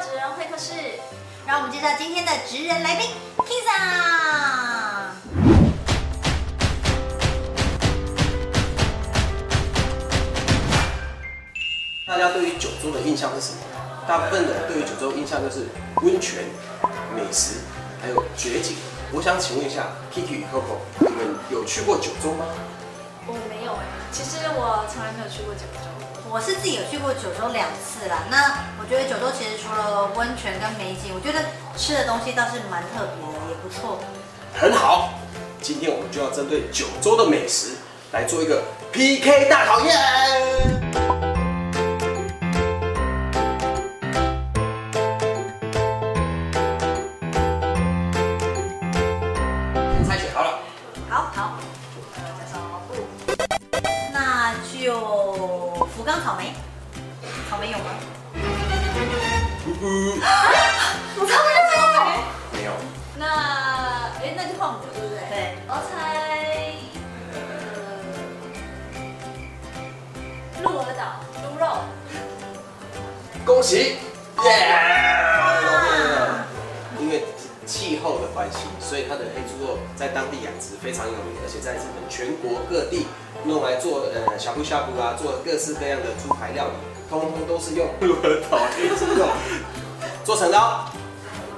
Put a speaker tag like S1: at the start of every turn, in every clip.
S1: 持人会客室。
S2: 让我们介绍今天的职人来宾 k i z a
S3: 大家对于九州的印象是什么？大部分人对于九州的印象就是温泉、美食，还有绝景。我想请问一下，Kiki 与 Coco，你们有去过九州吗？
S1: 我没有哎、其实我从来没有去过九州。
S2: 我是自己有去过九州两次啦。那我觉得九州其实除了温泉跟美景，我觉得吃的东西倒是蛮特别的，也不错。
S3: 很好，今天我们就要针对九州的美食来做一个 PK 大考验。猜拳好了，
S2: 好，好，
S1: 呃，介绍不
S2: 那就福冈草莓，草莓有吗？
S3: 呜呜
S1: 我猜不到哎。
S3: 没有，
S1: 那哎、那就换我对不对？
S2: 对。
S1: 我猜呃鹿儿岛猪肉。
S3: 恭喜，耶、
S2: 哇
S3: 因为气候的关系，所以它的黑猪肉在当地养殖非常有名，而且在日本全国各地用来做呃小布小布啊，做各式各样的猪排料理，通通都 是用鹿儿岛黑猪肉做成的哦。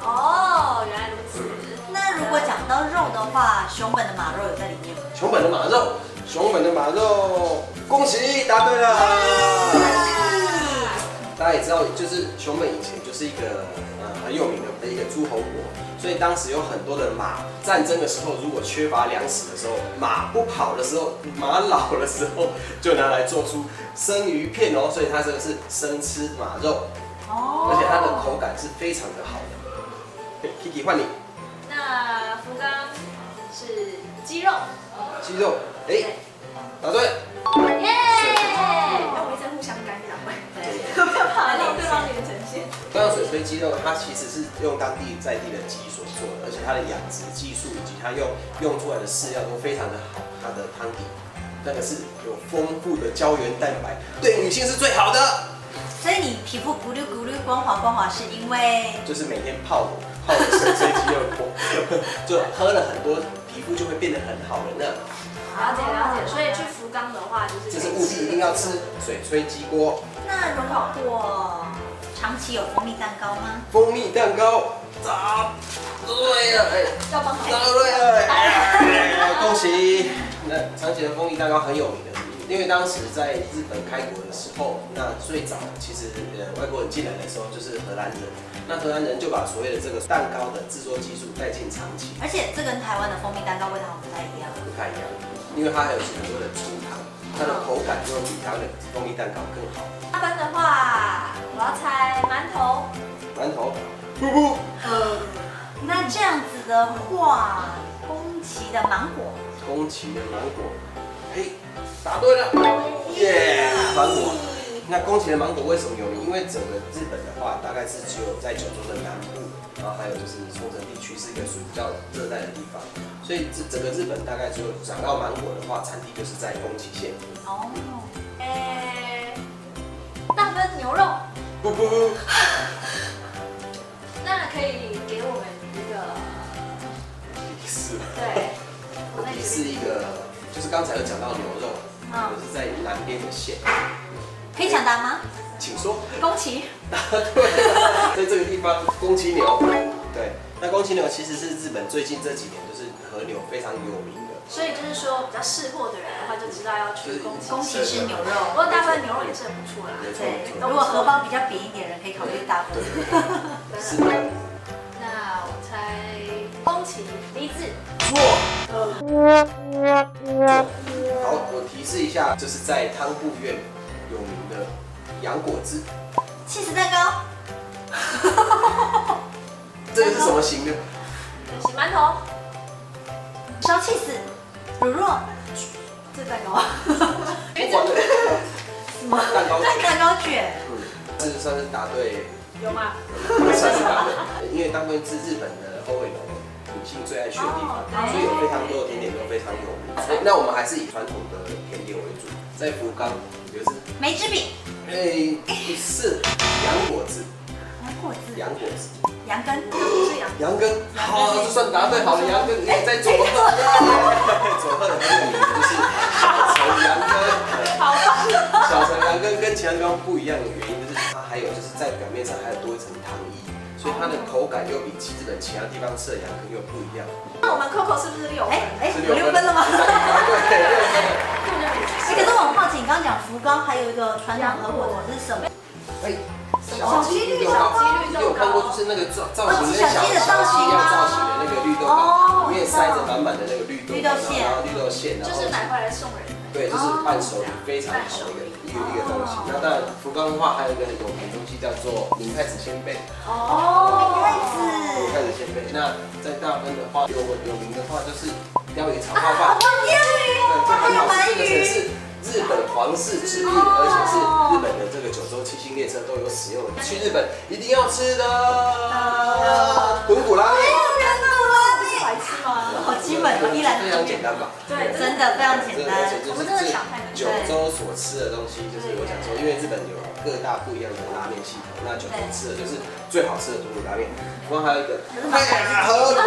S1: 哦，原来如此。
S2: 那如果讲到肉的话，熊本的马肉有在里面吗？
S3: 熊本的马肉，熊本的马肉，恭喜答对了。大家也知道，就是熊本以前就是一个呃很有名的一个诸侯国，所以当时有很多的马。战争的时候，如果缺乏粮食的时候，马不跑的时候，马老的时候，就拿来做出生鱼片哦。所以它这个是生吃马肉，
S2: 哦
S3: 而且它的口感是非常的好的。嘿 Kiki 换你
S1: 那福冈是鸡肉。
S3: 鸡肉，哎、答对，
S1: 耶！哎那我们一直在互相干扰，
S2: 对，
S1: 不要怕让对方脸呈现。
S3: 刚刚水飞鸡肉，它其实是用当地在地的鸡所做的，而且它的养殖技术以及它用用出来的饲料都非常的好，它的汤底那个是有丰富的胶原蛋白，对女性是最好的，
S2: 所以你皮肤咕噜咕噜光滑光滑，是因为
S3: 就是每天泡我泡我水飞鸡肉锅，就喝了很多，皮肤就会变得很好了呢。
S1: 了解了解，所以去福冈的话就是
S3: 就是务必一定要吃水炊鸡锅，
S2: 那如果长期有蜂蜜蛋糕吗？
S3: 蜂蜜蛋糕，答对了，哎、
S1: 要帮
S3: 答对
S2: 啊
S3: 了，哎恭喜！那长崎的蜂蜜蛋糕很有名的，因为当时在日本开国的时候，那最早其实呃外国人进来的时候就是荷兰人，那荷兰人就把所谓的这个蛋糕的制作技术带进长崎，
S2: 而且这跟台湾的蜂蜜蛋糕味道好像不太一样。
S3: 不太一样，因为它还有很多的粗糖，它的口感就比它的蜂蜜蛋糕更好。
S1: 八分的话，我要猜馒头。
S3: 馒头，噗噗，
S2: 那这样子的话，宫崎的芒果，
S3: 宫崎的芒果，嘿，答对了，耶、芒果。那宫崎的芒果为什么有名？因为整个日本的话，大概是只有在九州的南部，然后还有就是冲绳地区是一个属于比较热带的地方，所以这整个日本大概只有讲到芒果的话，产地就是在宫崎县。
S2: 哦，
S1: 诶，大分牛肉。
S3: 不不不，
S1: 那可以给我们一个
S3: 是
S1: 对，
S3: 我比是一个，就是刚才有讲到牛肉，我是在南边的县，
S2: 可以抢答吗？
S3: 请说。
S1: 宫崎。
S3: 对，所以这个地方宫崎牛，对，那宫崎牛其实是日本最近这几年就是和牛非常有名的，
S1: 所以就是说，比较识货的人的话，就知道要去宫崎。
S2: 宫崎是牛肉
S1: 不过大分牛肉也是很不错啦。
S3: 没错
S2: 对
S3: 没，错，
S2: 如果荷包比较扁一点的人，可以考虑大分
S3: 对。对对，是的，
S1: 那我猜宫崎梨子。
S3: 错。好，我提示一下，就是在汤布院有名的杨果汁，
S2: 起司蛋糕，
S3: 这个是什么型的？
S1: 洗馒头，
S2: 烧起司，乳酪，
S1: 这蛋糕。
S3: 不管了，
S2: 什么
S3: 蛋糕卷
S2: 蛋糕卷，
S3: 嗯，这就算是答对，
S1: 有吗？
S3: 算是答对，因为大部分是日本的欧美农女性最爱去的地方，所以有非常多的甜点都非常有名。所以那我们还是以传统的甜点为主，在福冈有一次，
S2: 梅汁饼，
S3: 哎，不是杨果汁，
S2: 芒果汁，
S3: 羊果子，
S2: 羊羹。
S1: 不是羊，
S3: 羊羹，好，就算答对好了，羊羹你在左后，左 后的那个名字就是小陈羊 羹，
S1: 好吧，
S3: 小陈羊羹跟其他地方不一样的原因就是它还有就是在表面上还有多一层糖衣，所以它的口感又比其日本其他地方吃的羊羹又不一样，
S1: 那我们 Coco 是不是六分
S2: 哎？哎，
S3: 是
S2: 有六分了吗？
S3: 答对六分。
S2: 哎，可是我很好奇，你刚刚讲福冈还有一个传统合伙的是什么？
S3: 哎，
S2: 小鸡绿豆
S3: 小
S1: 糕
S3: 你有看过就是那个造造型跟小鸡一样造型的那个绿豆
S2: 哦
S3: 糕，里面塞着满满的那个绿豆
S2: 绿豆
S3: 糕，
S2: 馅
S3: 然后绿豆馅，然
S1: 就
S3: 后
S1: 是买回来送人的。
S3: 对，就是伴手礼非常好的一个一个一个东西。那当然，福冈的话还有一个很有名的东西叫做明太子鲜贝，
S1: 哦
S2: 太子
S3: 明太子鲜贝。那在大分的话，有有名的话就是鲷鱼炒泡
S2: 啊，
S3: 饭，
S2: 我钓
S3: 对，
S2: 鱼，
S3: 这
S2: 还
S3: 很
S2: 有
S3: 好吃。
S2: 鳗
S3: 这个城
S2: 鱼。
S3: 市日本皇室之日，
S2: 哦
S3: 而且是日本的这个九州七星列车都有使用，去日本一定要吃的豚骨拉面。
S1: 白痴吗？
S2: 好基本哦一览无
S3: 非常
S2: 余
S3: 简。单吧？
S1: 对
S2: 真的非常简单
S1: 我们真的想太
S3: 九
S1: 多。
S3: 州所吃的东西，就是我想说，因为日本有各大不一样的拉面系统，那九州吃的就是最好吃的豚骨拉面。然后还有一个大河豚，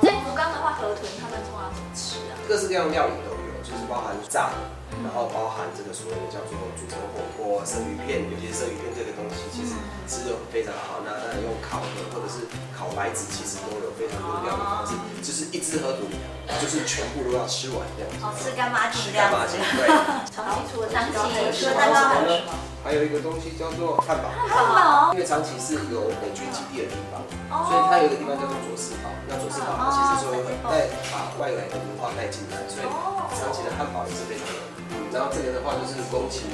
S1: 在福冈的话，河豚他们通常怎么吃啊？
S3: 各式各样的料理都有，就是包含炸的，然后包含这个所谓的叫做煮成火锅、生鱼片，尤其是生鱼片这个东西，其实
S2: 嗯
S3: 吃的非常好。那当然用烤的或者是烤白子，其实都有非常多料理
S2: 哦
S3: 方式，就是一只河豚，就是全部都要吃完这样子。
S2: 好吃干妈鸡这样
S3: 干嘛
S2: 子
S3: 去。？ 对。
S1: 长期除了
S2: 长期
S1: 除了
S2: 除了
S1: 蛋
S2: 蛋
S1: 糕还有
S2: 糕还有
S1: 什
S2: 什
S1: 么？
S3: 还有一个东西叫做汉堡，
S2: 汉堡
S3: 因为长崎是有美军基地的地方，
S1: 哦
S3: 所以它有一个地方叫做佐世保。那佐世保它其实说有很带把外来的文化带进来，所以长崎的汉堡也是非常有名。嗯然后这个的话就是宫崎，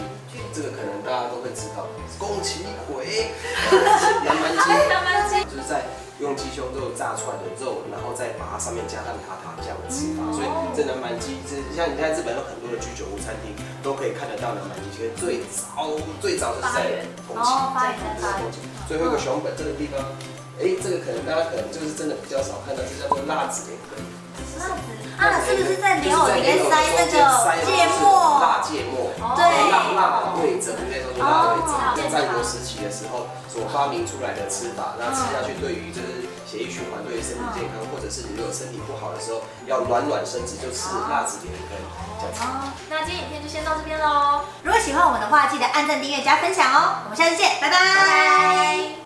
S3: 这个可能大家都会知道，宫崎葵， 南蛮鸡，
S1: 南蛮鸡
S3: 就是在用鸡胸肉炸出来的肉，然后再把它上面加上塔塔酱的
S2: 嗯
S3: 吃法。所以
S2: 哦
S3: 这南蛮鸡，这像你在日本有很多的居酒屋餐厅都可以看得到南蛮鸡，其实最早最早就是在宫崎。
S2: 哦，发言
S3: 这是
S2: 发
S3: 风
S2: 言。
S3: 景。最后一个熊本这个地方，哎，这个可能大家可能就是真的比较少看到，这叫做辣子莲根，
S2: 啊，是不是在莲藕里面塞那个芥
S3: 辣
S2: 末？
S3: 芥末，
S2: 对哦
S3: 辣辣味噌，那时候就辣味噌，在战国时期的时候所发明出来的吃法，那吃下去对于就是血液循环，对于身体健
S2: 嗯
S3: 康，或者是你如果身体不好的时候要暖暖身子，就吃辣子莲根，这样子。
S2: 哦，
S1: 那今天影片就先到这边喽。
S2: 如果喜欢我们的话，记得按赞、订阅、加分享哦。我们下次见，拜拜